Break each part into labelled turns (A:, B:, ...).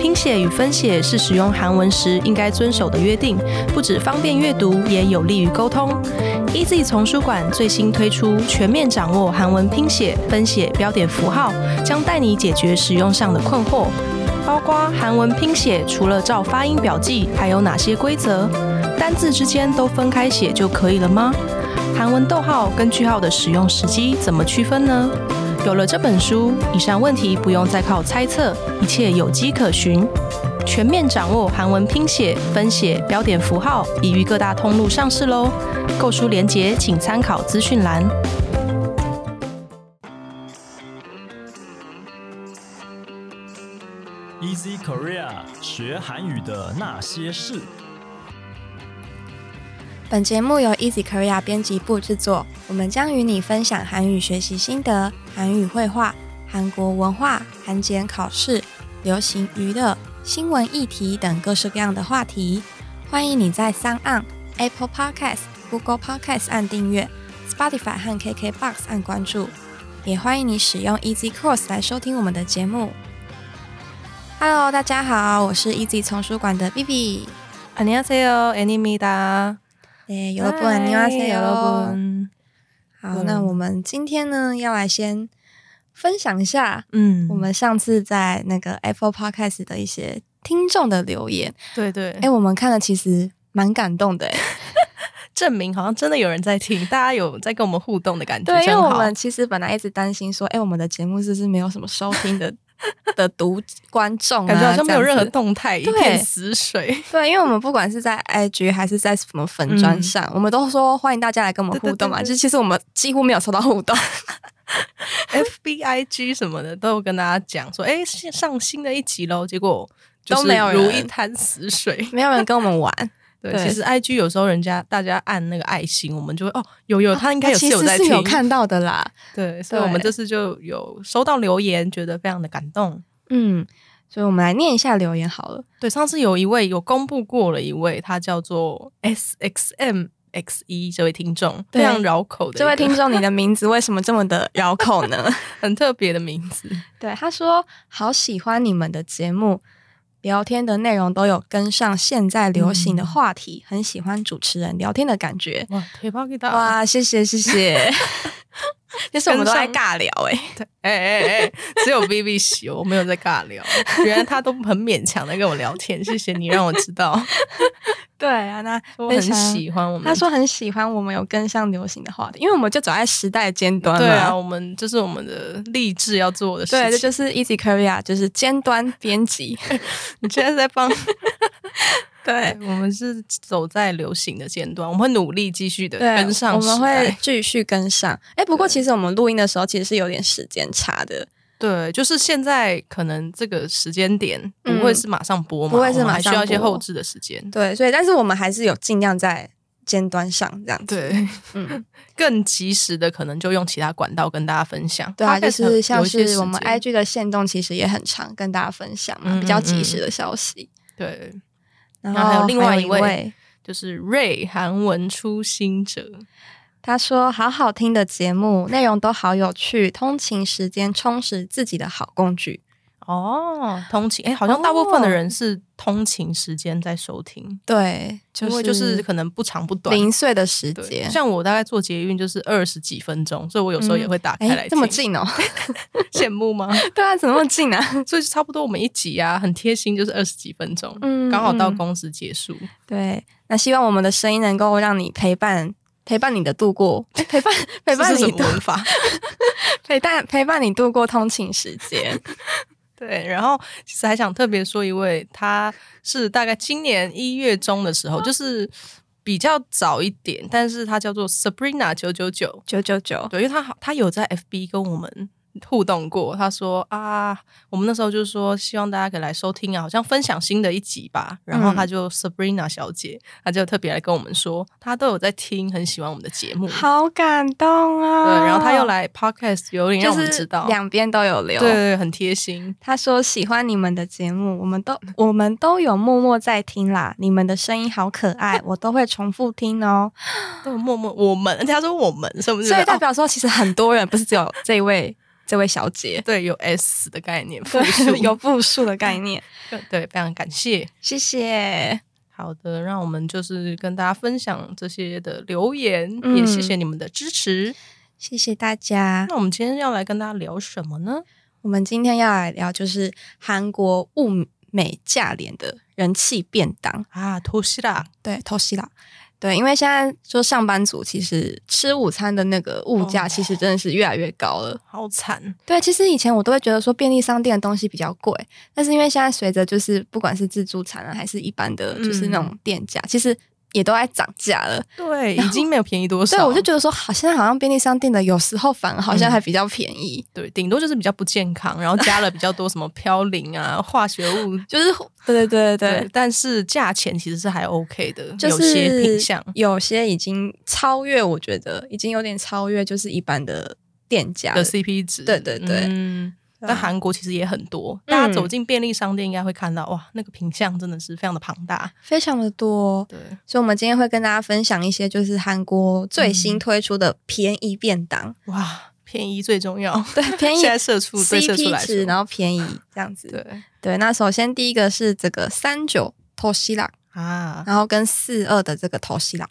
A: 拼写与分写是使用韩文时应该遵守的约定，不只方便阅读，也有利于沟通。EZ 丛书馆最新推出全面掌握韩文拼写、分写、标点符号，将带你解决使用上的困惑，包括韩文拼写除了照发音表记，还有哪些规则？单字之间都分开写就可以了吗？韩文逗号跟句号的使用时机怎么区分呢？有了这本书，以上问题不用再靠猜测，一切有迹可循。全面掌握韩文拼写、分写、标点符号，已于各大通路上市喽。购书链接请参考资讯栏。
B: Easy Korea 学韩语的那些事。
C: 本节目由 Easy Korea 编辑部制作，我们将与你分享韩语学习心得、韩语绘画、韩国文化、韩检考试、流行娱乐、新闻议题等各式各样的话题。欢迎你在 s o n Apple Podcast、Google Podcast 按订阅，Spotify 和 KKBox 按关注，也欢迎你使用 Easy Course 来收听我们的节目。Hello，大家好，我是 Easy 丛书馆的 Vivi。
A: 안녕하세요，애니입니다。
C: 네 여러분 안녕하세요.
A: 여러분。
C: 好，
A: 嗯
C: 那我们今天呢，要来先分享一下
A: 嗯，
C: 我们上次在那个 Apple Podcast 的一些听众的留言。
A: 对对，
C: 哎、我们看了其实蛮感 动的、诶
A: 证明好像真的有人在听，大家有在跟我们互动的感觉，
C: 对，因为
A: 真好
C: 我们其实本来一直担心说，哎、我们的节目是不是没有什么收听的的读观众、啊，
A: 感觉好像没有任何
C: 这样子
A: 动态，一
C: 对
A: 片死水。
C: 对，因为我们不管是在 IG 还是在什么粉砖上，我们都说欢迎大家来跟我
A: 嗯
C: 们
A: 对对
C: 互动嘛。
A: 对对
C: 就是其实我们几乎没有收到互动，
A: F B I G 什么的都有跟大家讲说，哎、新上新的一集喽，结果就是
C: 都没有人
A: 如一滩死水。
C: 没有人跟我 们玩。
A: 对，
C: 对
A: 其实 I G 有时候人家大家按那个爱心，我们就会哦，有有，他应该有
C: 其
A: 有
C: 实
A: 在
C: 是
A: 听，
C: 有看到 的啦。
A: 对，所以我们
C: 对
A: 这次就有收到留言，觉得非常的感动。
C: 嗯，所以我们来念一下留言好了。
A: 对，上次有一位有公布过了一位，他叫做 S X M X 一这位听众，
C: 对
A: 非常绕口的一个，
C: 这位听众，你的名字为什么这么的绕口呢？
A: 很特别的名字。
C: 对，他说好喜欢你们的节目，聊天的内容都有跟上现在流行的话题，很喜欢主持人聊天的感觉。
A: 哇，铁炮给大家，
C: 哇，谢谢谢 谢，就是我们都在尬聊哎、
A: 哎哎哎，只有 B B 喜，我没有在尬聊，原来他都很勉强的跟我聊天，谢谢你让我知 道，
C: 对啊，那
A: 我
C: 非
A: 很
C: 常
A: 喜欢我们。
C: 他说很喜欢我们有跟上流行的话题，因为我们就走在时代的尖端嘛。
A: 对啊，我们这是我们的励志要做的事情。
C: 对，这就是 Easy Korea，就是尖端编 辑。
A: 你现在在 帮
C: 对，
A: 我们是走在流行的尖端，我们会努力继续的
C: 对，
A: 跟上
C: 我们
A: 时
C: 会
A: 代
C: 继续跟上。哎，不过其实我们录音的时候其实是有点时间差的，
A: 对，就是现在可能这个时间点不会是马上播嘛，
C: 嗯不会是
A: 我们还
C: 马上
A: 需要一些
C: 播
A: 后置的时间。
C: 对，所以但是我们还是有尽量在尖端上这样子。
A: 对，
C: 嗯，
A: 更及时的可能就用其他管道跟大家分享。
C: 对啊，就
A: Podcast
C: 是像
A: 有一些
C: 是我们
A: 时间
C: IG 的线动，其实也很常跟大家分享嘛，
A: 嗯
C: 比较
A: 嗯
C: 及
A: 嗯
C: 时的消息。
A: 对，
C: 然
A: 然后
C: 后
A: 还有另外一位
C: 位，
A: 就是 Ray 韩文初心者，
C: 他说：“好好听的节目，内容都好有趣，通勤时间充实自己的好工具。
A: 哦，通勤哎、好像大部分的
C: 哦
A: 人是通勤时间在收听”，
C: 对，
A: 因为就是可能不长不短。
C: 零碎的时
A: 对，
C: 间。
A: 像我大概做捷运就是二十几分钟，所以我有时候也会打开来、
C: 哎，这么，近 哦？
A: 羡慕吗？
C: 对啊，怎么那么近啊？
A: 所以就差不多我们一集啊，很贴心，就是二十几分钟，
C: 嗯
A: 刚好到
C: 嗯
A: 公司结束。
C: 对，那希望我们的声音能够让你陪伴陪伴你的度过， 诶陪伴陪伴
A: 这是
C: 你
A: 什么
C: 度
A: 文法？
C: 陪伴陪伴你度过通勤时 间。
A: 对，然后其实还想特别说一位，他是大概今年一月中的时候，就是比较早一点，但是他叫做 Sabrina 九九九，
C: 九九九，
A: 对，因为他好，他有在 FB 跟我们互动过，他说啊，我们那时候就是说希望大家可以来收听啊，好像分享新的一集吧，然后
C: 嗯
A: 他就 Sabrina 小姐，她就特别来跟我们说，她都有在听，很喜欢我们的节目，
C: 好感动啊！
A: 对，然后她又，来 Podcast 有点
C: 就
A: 让我们
C: 是
A: 知道，
C: 两边都有留。
A: 对对，对很贴心，
C: 他说喜欢你们的节目，我们 都我们都有默默在听啦。你们的声音好可 爱，我都会重复听哦。
A: 都有默默我们，而且他说我们是不是？
C: 所以代
A: 哦
C: 表说，其实很多人不是只有这一位这位小 姐，
A: 对，有 S 的概念，复数
C: 对，有步数的概念。
A: 对，非常感谢。
C: 谢谢，
A: 好的，让我们就是跟大家分享这些的留言，
C: 嗯
A: 也谢谢你们的支持。
C: 谢谢大家。
A: 那我们今天要来跟大家聊什么呢？
C: 我们今天要来聊就是韩国物美价廉的人气便当，
A: 啊，偷袭啦，
C: 对，偷袭啦。对，因为现在说上班族其实吃午餐的那个物价
A: 哦
C: 其实真的是越来越高了。
A: 好惨，
C: 对，其实以前我都会觉得说便利商店的东西比较贵，但是因为现在随着就是不管是自助餐啊，还是一般的就是那种店家，其实也都在涨价了。
A: 对，已经没有便宜多少。
C: 对，我就觉得说，好，现在好像便利商店的有时候反而好像还比较便宜，
A: 对，顶多就是比较不健康，然后加了比较多什么嘌呤啊、化学物。
C: 就是对对对 对
A: 对
C: 对，，
A: 但是价钱其实是还 OK 的，
C: 就是
A: 有些品相。
C: 有些已经超越，我觉得已经有点超越就是一般的店家了
A: 的 CP 值，
C: 对对对
A: 嗯，
C: 对啊
A: 但韩国其实也很多，
C: 嗯
A: 大家走进便利商店应该会看到，哇，那个品相真的是非常的庞大。
C: 非常的多。
A: 对，
C: 所以，我们今天会跟大家分享一些就是韩国最新
A: 嗯
C: 推出的便宜便 当，
A: 哇，便宜最重要。
C: 对，便宜
A: 现在社畜对社畜来
C: CP 值，然
A: 说，
C: 后便宜这样子。
A: 对
C: 对，那首先第一个是这个三九头西拉，
A: 啊，
C: 然后跟四二的这个头西拉。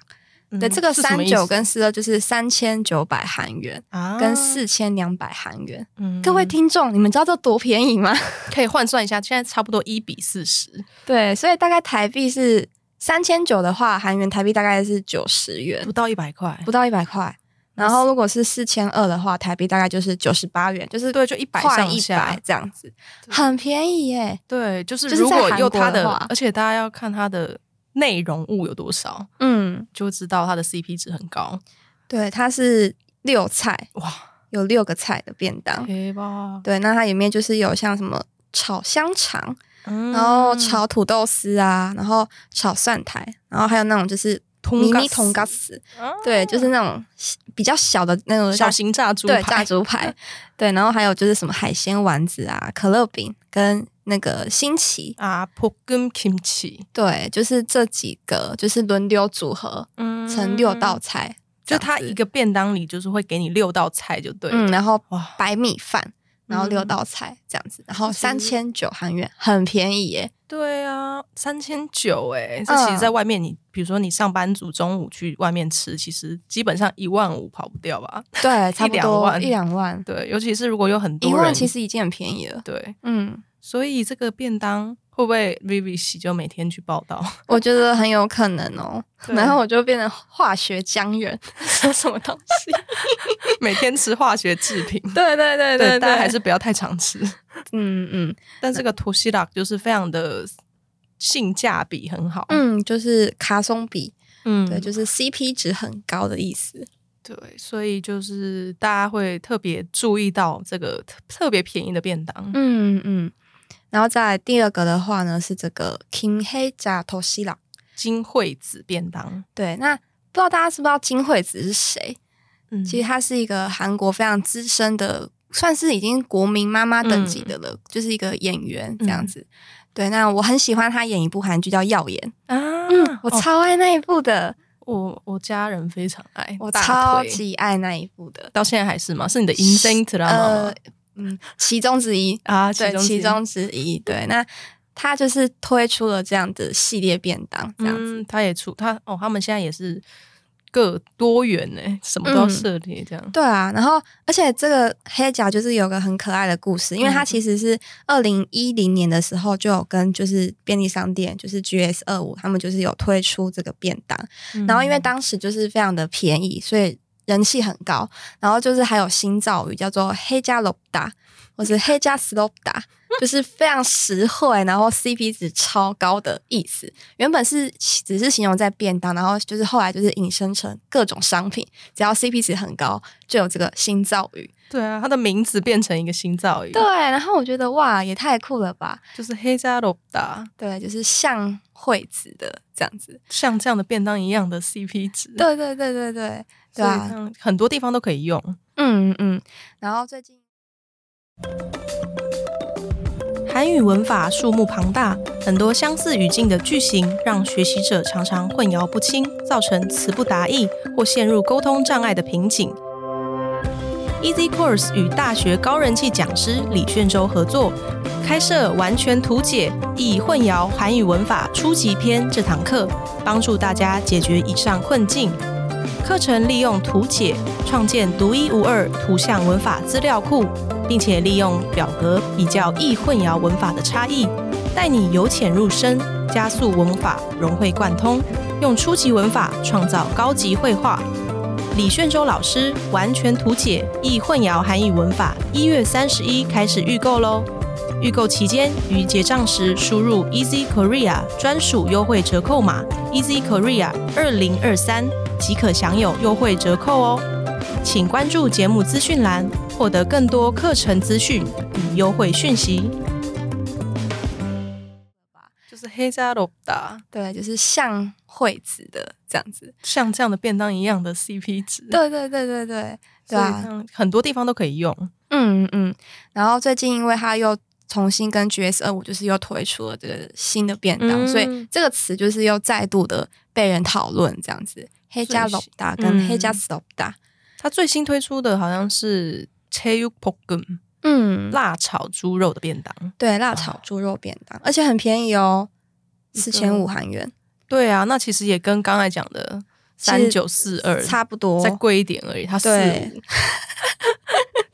A: 嗯
C: 对，这个
A: 是什么
C: 三
A: 意思
C: 九跟四二就是三千九百韩元。
A: 啊
C: 跟，四千两百韩元，
A: 嗯
C: 各位听众，你们知道这多便宜吗？
A: 可以换算一下，现在差不多一比四十，
C: 对，所以大概台币是三千九的话，韩元台币大概是九十元
A: 不，到一百块
C: 不，到一百块。然后如果是四千二的话，台币大概就是九十八元，就是
A: 对，就一百
C: 快
A: 上
C: 一
A: 下
C: 百。这样子，很便宜耶。
A: 对，就是
C: 就是
A: 如
C: 在
A: 果
C: 韩
A: 用
C: 国
A: 它
C: 的
A: 的
C: 话，
A: 而且大家要看它的内容物有多少，
C: 嗯，
A: 就会知道它的 CP 值很高。
C: 对，它是六菜，
A: 哇，
C: 有六个菜的便当。
A: 可以吧？
C: 对，那它里面就是有像什么炒香肠，
A: 嗯
C: 然后炒土豆丝啊，然后炒蒜苔，然后还有那种就是
A: 通
C: 迷
A: 嘎
C: 你桶
A: 丝
C: 嘎丝，对，就是那种比较小的那种
A: 小
C: 叫
A: 型炸猪
C: 对
A: 排，
C: 炸猪排， 对，然后还有就是什么海鲜丸子啊、可乐饼跟那个新奇，
A: 啊，볶음 kimchi，
C: 对，就是这几个就是轮流组合
A: 嗯
C: 成六道，菜，
A: 就它
C: 这样
A: 一
C: 子
A: 个便当里就是会给你六道菜，就对了
C: 嗯，然后
A: 哇，
C: 白米饭，然后六
A: 嗯
C: 道菜这样子，然后
A: 其
C: 三
A: 实
C: 千九韩元，很便宜 耶。
A: 对啊，三千九哎，这其实在外面你，比如说你上班族中午去外面吃，其实基本上一万五跑不掉吧？
C: 对，差
A: 一
C: 不
A: 两
C: 多
A: 万
C: 一两万，
A: 对，尤其是如果有很多
C: 一
A: 人，
C: 万其实已经很 便宜了。
A: 对，
C: 嗯，
A: 所以这个便当会不会 Vivi 喜就每天去报道？
C: 我觉得很有可能哦。
A: 对
C: 然后我就变成化学僵人， 说什么东 西？
A: 每天吃化学制品？
C: 对对 对对，
A: 大家还是不要太常吃。
C: 嗯嗯
A: 但这个图西拉就是非常的性价比很好，
C: 嗯，就是卡松比，
A: 嗯
C: 对，就是 CP 值很高的意思。
A: 对，所以就是大家会特别注意到这个特特别便宜的便当，
C: 嗯嗯。然后再来第二个的话呢，是这个 King Hei 加托西拉。
A: 金惠子便当，
C: 对，那不知道大家知不知道金惠子是谁？
A: 嗯，
C: 其实她是一个韩国非常资深的，算是已经国民妈妈等级的了，就是一个演员这样子。对，那我很喜欢她演一部韩剧叫《耀眼》，
A: 啊，
C: 嗯，我
A: 哦
C: 超爱那一部的，
A: 我我家人非常爱，
C: 我
A: 大
C: 超
A: 腿
C: 级爱那一部的。
A: 到现在还是吗？是你的 instinct drama 吗
C: 呃，嗯，其中之一，
A: 啊，
C: 对，
A: 中
C: 其
A: 之一
C: 中之一。对，那他就是推出了这样的系列便当，这样子。
A: 嗯，他也出他哦，他们现在也是各多元呢、什么都
C: 嗯
A: 要涉猎这样，
C: 对啊，然后而且这个黑甲就是有个很可爱的故事，因为它
A: 嗯
C: 其实是二零一零年的时候就有跟就是便利商店，就是 GS 二五他们就是有推出这个便当，
A: 嗯
C: 然后因为当时就是非常的便宜，所以人气很高。然后就是还有新造语叫做黑加罗达或者黑加斯罗达，就是非常实惠，然后 CP 值超高的意思。原本是只是形容在便当，然后就是后来就是引申成各种商品，只要 CP 值很高，就有这个新造语。
A: 对啊，他的名字变成一个新造语，
C: 对，然后我觉得哇，也太酷了吧！
A: 就是黑加罗达，
C: 对，就是像惠子的这样子。
A: 像这样的便当一样的 CP 值，
C: 对对对对对，对
A: 所以
C: 啊
A: 这，样很多地方都可以用。
C: 嗯嗯。然后最近。
A: 韩语文法数目庞大，很多相似语境的句型让学习者常常混淆不清，造成词不达意或陷入沟通障碍的瓶颈。 Easy Course 与大学高人气讲师李炫洲合作，开设完全图解易混淆韩语文法初级篇这堂课，帮助大家解决以上困境。课程利用图解创建独一无二图像文法资料库，并且利用表格比较易混淆文法的差异，带你由浅入深，加速文法融会贯通，用初级文法创造高级绘画。李炫洲老师完全图解易混淆韩语文法，一月三十一开始预购喽！预购期间于结账时输入 Easy Korea 专属优惠折扣码 Easy Korea 二零二三，即可享有优惠折扣哦。请关注节目资讯栏，获得更多课程资讯与优惠讯息。就是黑加罗达，
C: 对，就是像惠子的这样子。
A: 像这样的便当一样的 CP 值，
C: 对啊对对对对对啊，
A: 嗯所以像很多地方都可以用。
C: 嗯嗯，然后最近因为它又重新跟 GS 二五就是又推出了这个新的便当，
A: 嗯
C: 所以这个词就是又再度的被人讨论这样子。黑加
A: 最
C: 罗
A: 新
C: 达
A: 嗯
C: 跟黑加斯罗达，
A: 它最新推出的好像是 c h e y u p o g u m
C: 嗯，
A: 辣炒猪肉的便当。
C: 对，辣炒猪肉便当，而且很便宜哦，四千五韩元，
A: 对啊，那其实也跟刚才讲的三九四二
C: 差不多
A: 再。贵一点而已，它四
C: 对
A: 五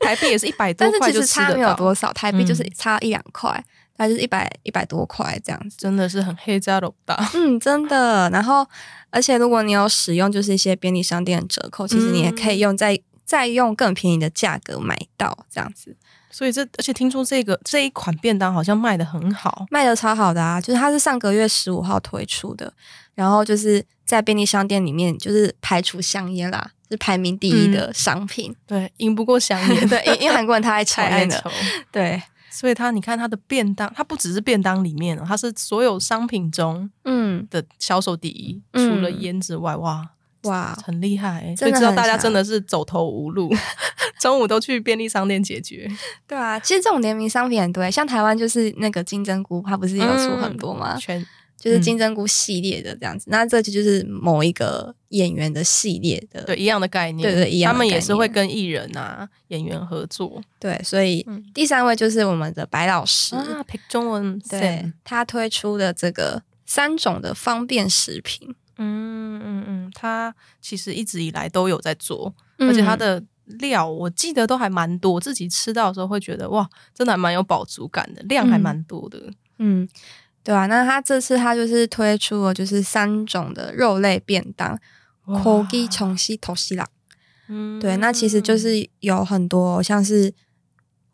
A: 台币也是一百多
C: 但是
A: 块
C: 其
A: 就
C: 实
A: 吃
C: 差
A: 得
C: 没有
A: 到，
C: 多少，台币就是
A: 嗯
C: 差一两块，它就是一百一百多块这样子。
A: 真的是很黑加肉大。
C: 嗯，真的。然后，而且如果你有使用就是一些便利商店的折扣，其实你也可
A: 嗯
C: 以用再、再用更便宜的价格买到，这样子
A: 所以这而且听说这个这一款便当好像卖的很好，
C: 卖的超好的啊！就是它是上个月十五号推出的，然后就是在便利商店里面就是排除香烟啦，是排名第一的商品。
A: 对，赢不过嗯香烟，
C: 对，因因为韩国人他爱抽
A: 太爱
C: 烟
A: 愁
C: 的，。对，
A: 所以它你看它的便当，它不只是便当里面哦，它是所有商品中
C: 嗯，
A: 的销售第一，
C: 嗯
A: 除了烟之外，哇，
C: 哇，
A: 很厉害欸、所
C: 真
A: 以
C: 的
A: 知道
C: 很
A: 大家
C: 强
A: 真的是走投无路， 中午都去便利商店解决。
C: 对啊，其实这种联名商品很多欸，像台湾就是那个金针菇，它不是也有出
A: 嗯
C: 很多吗？
A: 全
C: 就是金针菇系列的这样子。那这就就是某一个演员的系列的，
A: 对一样的概念，
C: 对对一样的
A: 他们也是
C: 概念
A: 会跟艺人啊、演员合作
C: 对所以
A: 嗯
C: 第三位就是我们的白老师，
A: 啊。Pick 中文
C: 对
A: Sam，
C: 他推出的这个三种的方便食品，
A: 嗯嗯嗯，他其实一直以来都有在做，而且
C: 嗯
A: 他的。料我记得都还蛮多，自己吃到的时候会觉得哇，真的还蛮有饱足感的，量还
C: 嗯
A: 蛮多的。
C: 嗯。嗯对啊，那他这次他就是推出了就是三种的肉类便当
A: 哇
C: k o g i 重西头西啦。
A: 嗯
C: 对，那其实就是有很多像是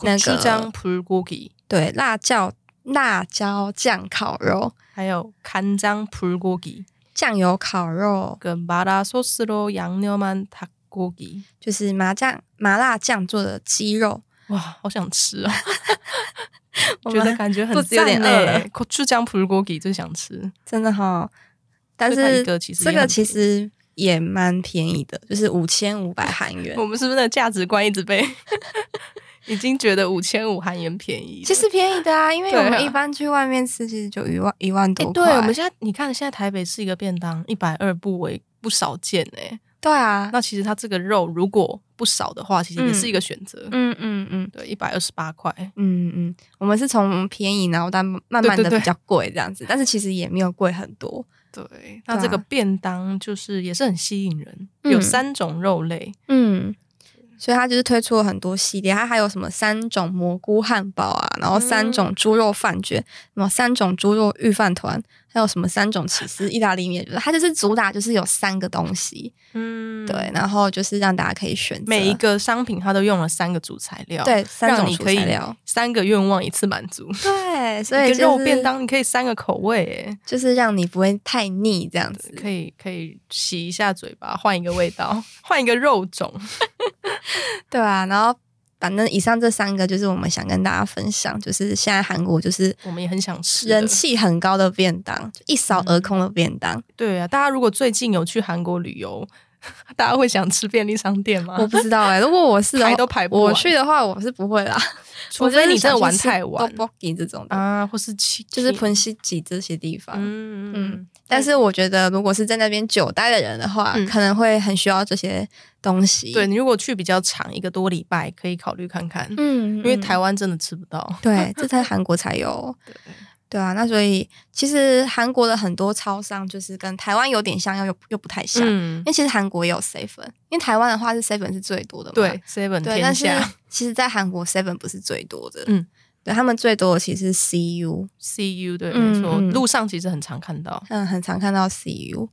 C: 那
A: 那个张
C: 个
A: p u r g o g i
C: 对辣椒辣椒酱烤肉、
A: 还有看张 p u r g o g i
C: 酱油烤肉、
A: 跟麻辣소스로양념한닭고기，
C: 就是麻酱麻辣酱做的鸡肉，
A: 哇，好想吃哦！
C: 我
A: 觉
C: 们
A: 得感觉很
C: 肚子有点
A: 赞
C: 饿
A: 欸
C: 了，
A: 고추장불고기最想吃。
C: 真的哈、但
A: 所以它
C: 是
A: 一个其实也
C: 这个
A: 很
C: 其
A: 便宜
C: 实也蛮便宜的，就是五千五百韩元
A: 我。们是不是那价值观一直被 已经觉得五千五韩元便宜了？
C: 其实便宜的啊，因为
A: 对啊
C: 我们一般去外面吃，其实就一万一万
A: 哎、
C: 多
A: 对
C: 块。
A: 我们现在你看，现在台北市一个便当一百二不为不少见哎、
C: 对啊，
A: 那其实它这个肉如果不少的话，其实也是一个选择。
C: 嗯嗯嗯
A: 对，一百二十八块，
C: 嗯嗯，我们是从便宜，然后但慢慢
A: 对对
C: 的
A: 对
C: 比较贵这样子，但是其实也没有贵很多。
A: 对，那这个
C: 对啊
A: 便当就是也是很吸引人，
C: 嗯
A: 有三种肉类，
C: 嗯，所以它就是推出了很多系列，它还有什么三种蘑菇汉堡啊，然后三
A: 嗯
C: 种猪肉饭卷，什么三种猪肉御饭团，还有什么三种起司意大利面，就是它就是主打就是有三个东西，
A: 嗯
C: 对，然后就是让大家可以选择
A: 每一个商品它都用了三个主材料，，
C: 对三
A: 让
C: 种
A: 你
C: 主
A: 可以
C: 材料，
A: 三个愿望一次满足。
C: 对，所以、
A: 一个
C: 就是、
A: 肉便当你可以三个口味，哎，
C: 就是让你不会太腻这样子，
A: 可以可以洗一下嘴巴，换一个味道，换一个肉种。
C: 对啊，然后。反正以上这三个就是我们想跟大家分享，就是现在韩国就是
A: 我们也很想吃的
C: 人气很高的便当，就一扫而空的便当。
A: 对啊，大家如果最近有去韩国旅游， 大家会想吃便利商店吗？
C: 我不知道 哎、如果我是的
A: 嗯
C: 话
A: 排都排不
C: 我
A: 完
C: 去的话，我是不会啦。
A: 除非你真的玩太晚
C: b o g 这种的，
A: 啊，或是去
C: 就是喷西吉这些地方。
A: 嗯嗯
C: 嗯，但是我觉得，如果是在那边久待的人的话，
A: 嗯
C: 可能会很需要这些东西。
A: 对，你如果去比较长一个多礼拜，可以考虑看看，
C: 嗯，嗯，
A: 因为台湾真的吃不到。
C: 对，这在韩国才有。对啊，那所以其实韩国的很多超商就是跟台湾有点像，又又又不太像。
A: 嗯
C: 因，为其实韩国也有 seven，因为台湾的话是 seven 是最多的嘛。
A: 对，Seven
C: 对，
A: 天
C: 但是
A: 下
C: 其实，在韩国 seven 不是最多的。
A: 嗯，
C: 对他们最多的其实是 CU，
A: CU 对，
C: 嗯
A: 没错，
C: 嗯
A: 路上其实很常看到。
C: 嗯，很常看到 CU。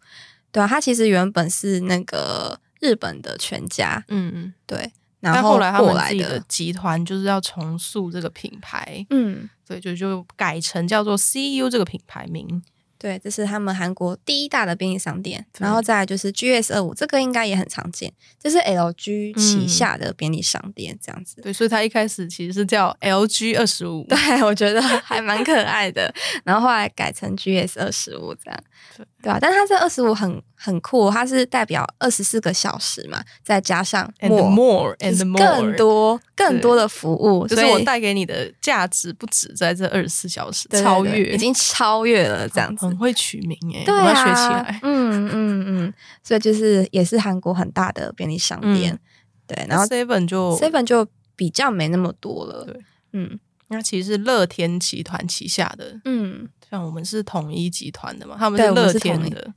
C: 对啊，它其实原本是那个日本的全家，
A: 嗯嗯，
C: 对，然
A: 但后来他
C: 过
A: 们
C: 来
A: 自己的集团就是要重塑这个品牌，
C: 嗯，
A: 所以就就改成叫做 CU 这个品牌名。
C: 对，这是他们韩国第一大的便利商店，
A: 对
C: 然后再来就是 GS 二五，这个应该也很常见，这是 LG
A: 嗯
C: 旗下的便利商店，这样子。
A: 对，所以它一开始其实是叫 LG 二十 五。
C: 对，我觉得还蛮可爱的。然后后来改成 GS 二十五这样
A: 对，
C: 对啊吧、但它这二十五很很酷，哦它是代表二十四个小时嘛，再加上
A: And
C: 末
A: more
C: 就
A: and
C: 是
A: more，
C: 更多更多的服务，
A: 就是
C: 所以
A: 我带给你的价值不止在这二十四小时，
C: 对对对
A: 超越
C: 已经超越了这样子。
A: 很会取名哎、
C: 对
A: 我
C: 啊，
A: 要学起来。
C: 嗯嗯嗯，所以就是也是韩国很大的便利商店，
A: 嗯
C: 对，然
A: 然
C: 后
A: 后 Seven 就
C: seven 就比较没那么多了。
A: 对，
C: 嗯
A: 那其实是乐天集团旗下的，
C: 嗯，
A: 像我们是统一集团的嘛，他们
C: 对
A: 是
C: 我们
A: 乐
C: 是
A: 天
C: 统一
A: 的，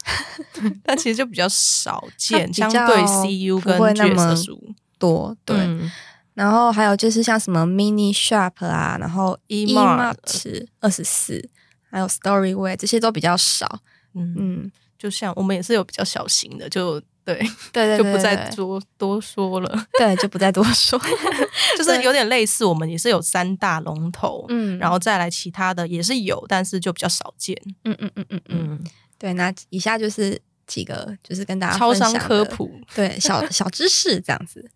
A: 但其实就比较 少
C: 它
A: 见，
C: 比
A: 相
C: 较
A: 对 CU
C: 不
A: 跟
C: 会那
A: GS
C: 么
A: 二十五，
C: 多对。
A: 嗯
C: 然后还有就是像什么 mini shop 啊，然后 E
A: E-Mart
C: 二十四，还有 storyway 这些都比较少。
A: 嗯，
C: 嗯，
A: 就像我们也是有比较小型的，就对，
C: 对对
A: 就
C: 对
A: 不再
C: 对
A: 多多说了，
C: 对，就不再多 说。
A: 就是
C: 对
A: 有点类似，我们也是有三大龙头，
C: 嗯，
A: 然后再来其他的也是有，但是就比较少见。
C: 嗯嗯嗯嗯嗯，，对，那以下就是几个就是跟大家
A: 超
C: 分享
A: 商
C: 的
A: 科普，
C: 对小 小知识这样子。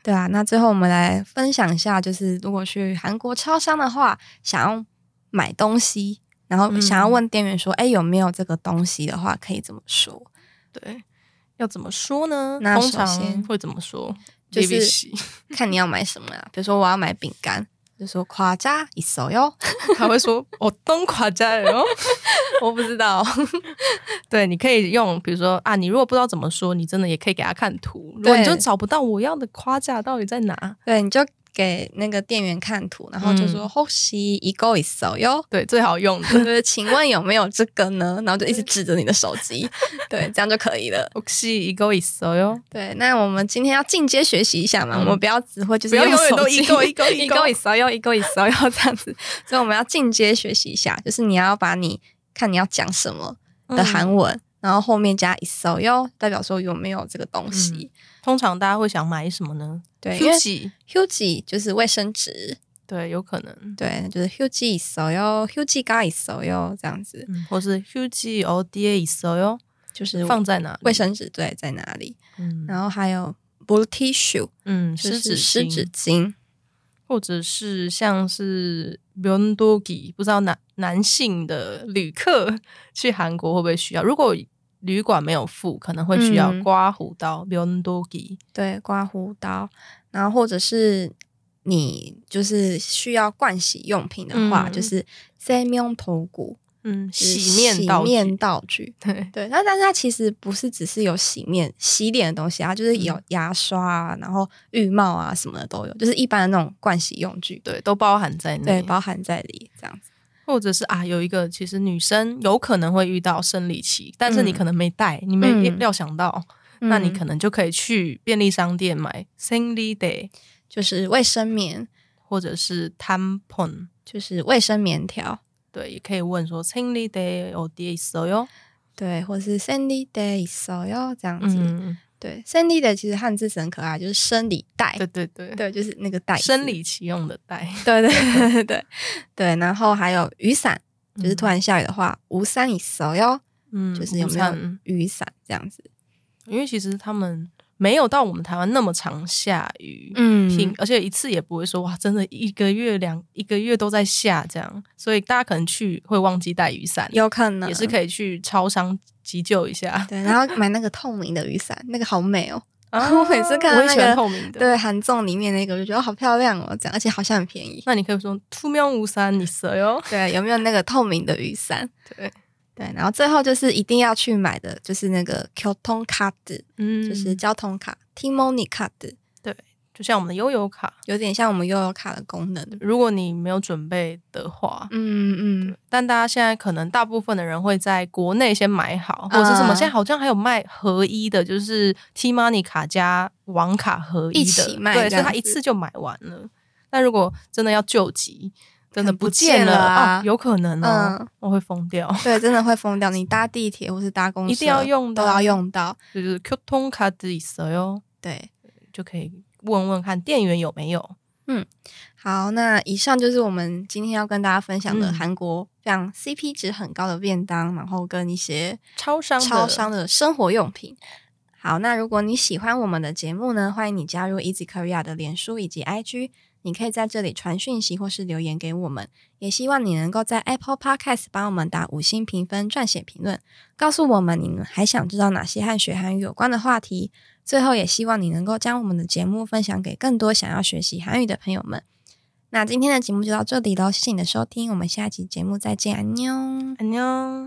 C: 对啊，那最后我们来分享一下，就是如果去韩国超商的话，想要买东西，然后
A: 嗯
C: 想要问店员说：“哎、有没有这个东西的话，可以怎么说
A: 对，要怎么说呢？
C: 那
A: 通
C: 首先
A: 常会怎么说？
C: 就是
A: BBC，？”
C: 看你要买什么啊，比如说我要买饼干，就说“夸张一手哟
A: 他会说“我东垮家人哦”，
C: 我不知道，
A: 对，你可以用，比如说啊，你如果不知道怎么说，你真的也可以给他看图。如果你
C: 对
A: 就找不到我要的夸价到底在哪，
C: 对，你就给那个店员看图，然后就说
A: 嗯
C: “혹시이거있어요”，
A: 对，最好用的。
C: 就是请问有没有这个呢？然后就一直指着你的手 机，对，这样就可以了。
A: 혹시이거있어요？
C: 对，那我们今天要进阶学习一下嘛，
A: 嗯
C: 我们不要只会就
A: 不
C: 是
A: 要
C: 用
A: 永远
C: 手
A: 都
C: 机
A: 一勾一 勾一
C: 一
A: 勾
C: 勾一骚又一勾一骚又这样子， 所以我们要进阶学习一下，就是你要把你看你要讲什么
A: 嗯
C: 的韩文，然后后面加一骚哟，代表说有没有这个东西。
A: 通常大家会想买什么呢？
C: 对，因为
A: Huge，
C: huge 就是卫生纸，
A: 对，有可能，
C: 对，就是 huge 一骚哟，huge 加一骚哟这样子，
A: 嗯，或是 Huge O D A 있어요？
C: 就是
A: 放在哪里？
C: 卫生纸对在哪里，
A: 嗯
C: 然后还有 blue tissue
A: 嗯，
C: 就
A: 湿
C: 是
A: 纸
C: 湿
A: 巾
C: 纸巾。
A: 或者是像是 b i o n d o g i 不知道男男性的旅客去韩国会不会需要？如果旅馆没有付，可能会需要
C: 嗯
A: 刮胡刀 b i o n d o g i
C: 对，刮胡刀，然后或者是你就是需要盥洗用品的话，
A: 嗯
C: 就是 m 用头骨
A: 嗯，
C: 就是
A: 洗面刀
C: 洗
A: 具，
C: 面道具。
A: 对，
C: 对，那但是它其实不是只是有洗面、洗脸的东西啊，就是
A: 嗯
C: 有牙刷啊，然后浴帽啊什么的都有，就是一般的那种盥洗用具，
A: 对，都包含在
C: 对，
A: 内。
C: 包含在里这样子。
A: 或者是啊，有一个其实女生有可能会遇到生理期，但是你
C: 嗯
A: 可能没带，你没
C: 嗯
A: 料想到，那你可
C: 能
A: 能就可以去便利商店买生理 day
C: 就是卫生棉，
A: 或者是 tampon。
C: 就是卫生棉条，
A: 对，也可以问说生理 day 어디에있어요？
C: 对，或是 Sandy Day 手哟这样子。
A: 嗯，
C: 对，Sandy Day 其实汉字是很可爱，就是生理带。
A: 对对对，
C: 哎对，就是那个袋子
A: 生，理期用的带，
C: 对对嗯对对对对，然后还有雨伞，就是突
A: 然
C: 然下雨的话，无伞一手哟，
A: 嗯
C: 就是有
A: 午
C: 没有
A: 餐
C: 雨伞这样子，
A: 因为其实他们没有到我们台湾那么常下雨，
C: 嗯
A: 平而且一次也不会说哇，真的一个月两一个月都在下这样，所以大家可能去会忘记带雨伞，
C: 有可能
A: 也是可以去超商急救一下。
C: 对，然后买那个透明的雨伞，那个好美哦。
A: 啊
C: 我每次看到
A: 我也
C: 那
A: 喜欢
C: 个
A: 透明的。，
C: 对，韩综里面那个，我就觉得好漂亮哦，这样，而且好像很便 宜。
A: 那你可以说“투명우산있어요
C: 对，有没有那个透明的雨伞？”。
A: 对，
C: 对，然后最后就是一定要去买的，就是那个 k y o t o n card，
A: 嗯，
C: 就是交通卡、t i m o n i card，
A: 就像我们的悠游卡，
C: 有点像我们悠游卡的功能。
A: 如果你没有准备的话，
C: 嗯嗯，
A: 但大家现在可能大部分的人会在国内先买好，或者是什么？
C: 嗯
A: 现在好像还有卖合一的，就是 T Money 卡加网卡合一的，
C: 一起卖
A: 对，
C: 这
A: 所以
C: 样
A: 他一
C: 子
A: 次就买完了。那如果真的要救急，真的
C: 可能不
A: 见
C: 见
A: 了
C: 了啊
A: 哦有可能哦，
C: 嗯
A: 我会疯掉。
C: 对，真的会疯掉。你搭地铁或是搭公车，
A: 一定要用的
C: 都要用到。
A: 就是 Q 通卡自己色哟，
C: 对，
A: 就可以问问看店员有没有。
C: 好，那以上就是我们今天要跟大家分享的
A: 嗯
C: 韩国非常 CP 值很高的便当，然后跟一些
A: 超商的
C: 超商的生活用品。好，那如果你喜欢我们的节目呢，欢迎你加入 Easy Korea 的脸书以及 IG，你可以在这里传讯息或是留言给我们。也希望你能够在 Apple Podcast 帮我们打五星评分、撰写评论，告诉我们你们还想知道哪些和学韩语有关的话题。最后，也希望你能够将我们的节目分享给更多想要学习韩语的朋友们。那今天的节目就到这里喽，谢谢你的收听，我们下期节目再见，安妞。
A: 안녕。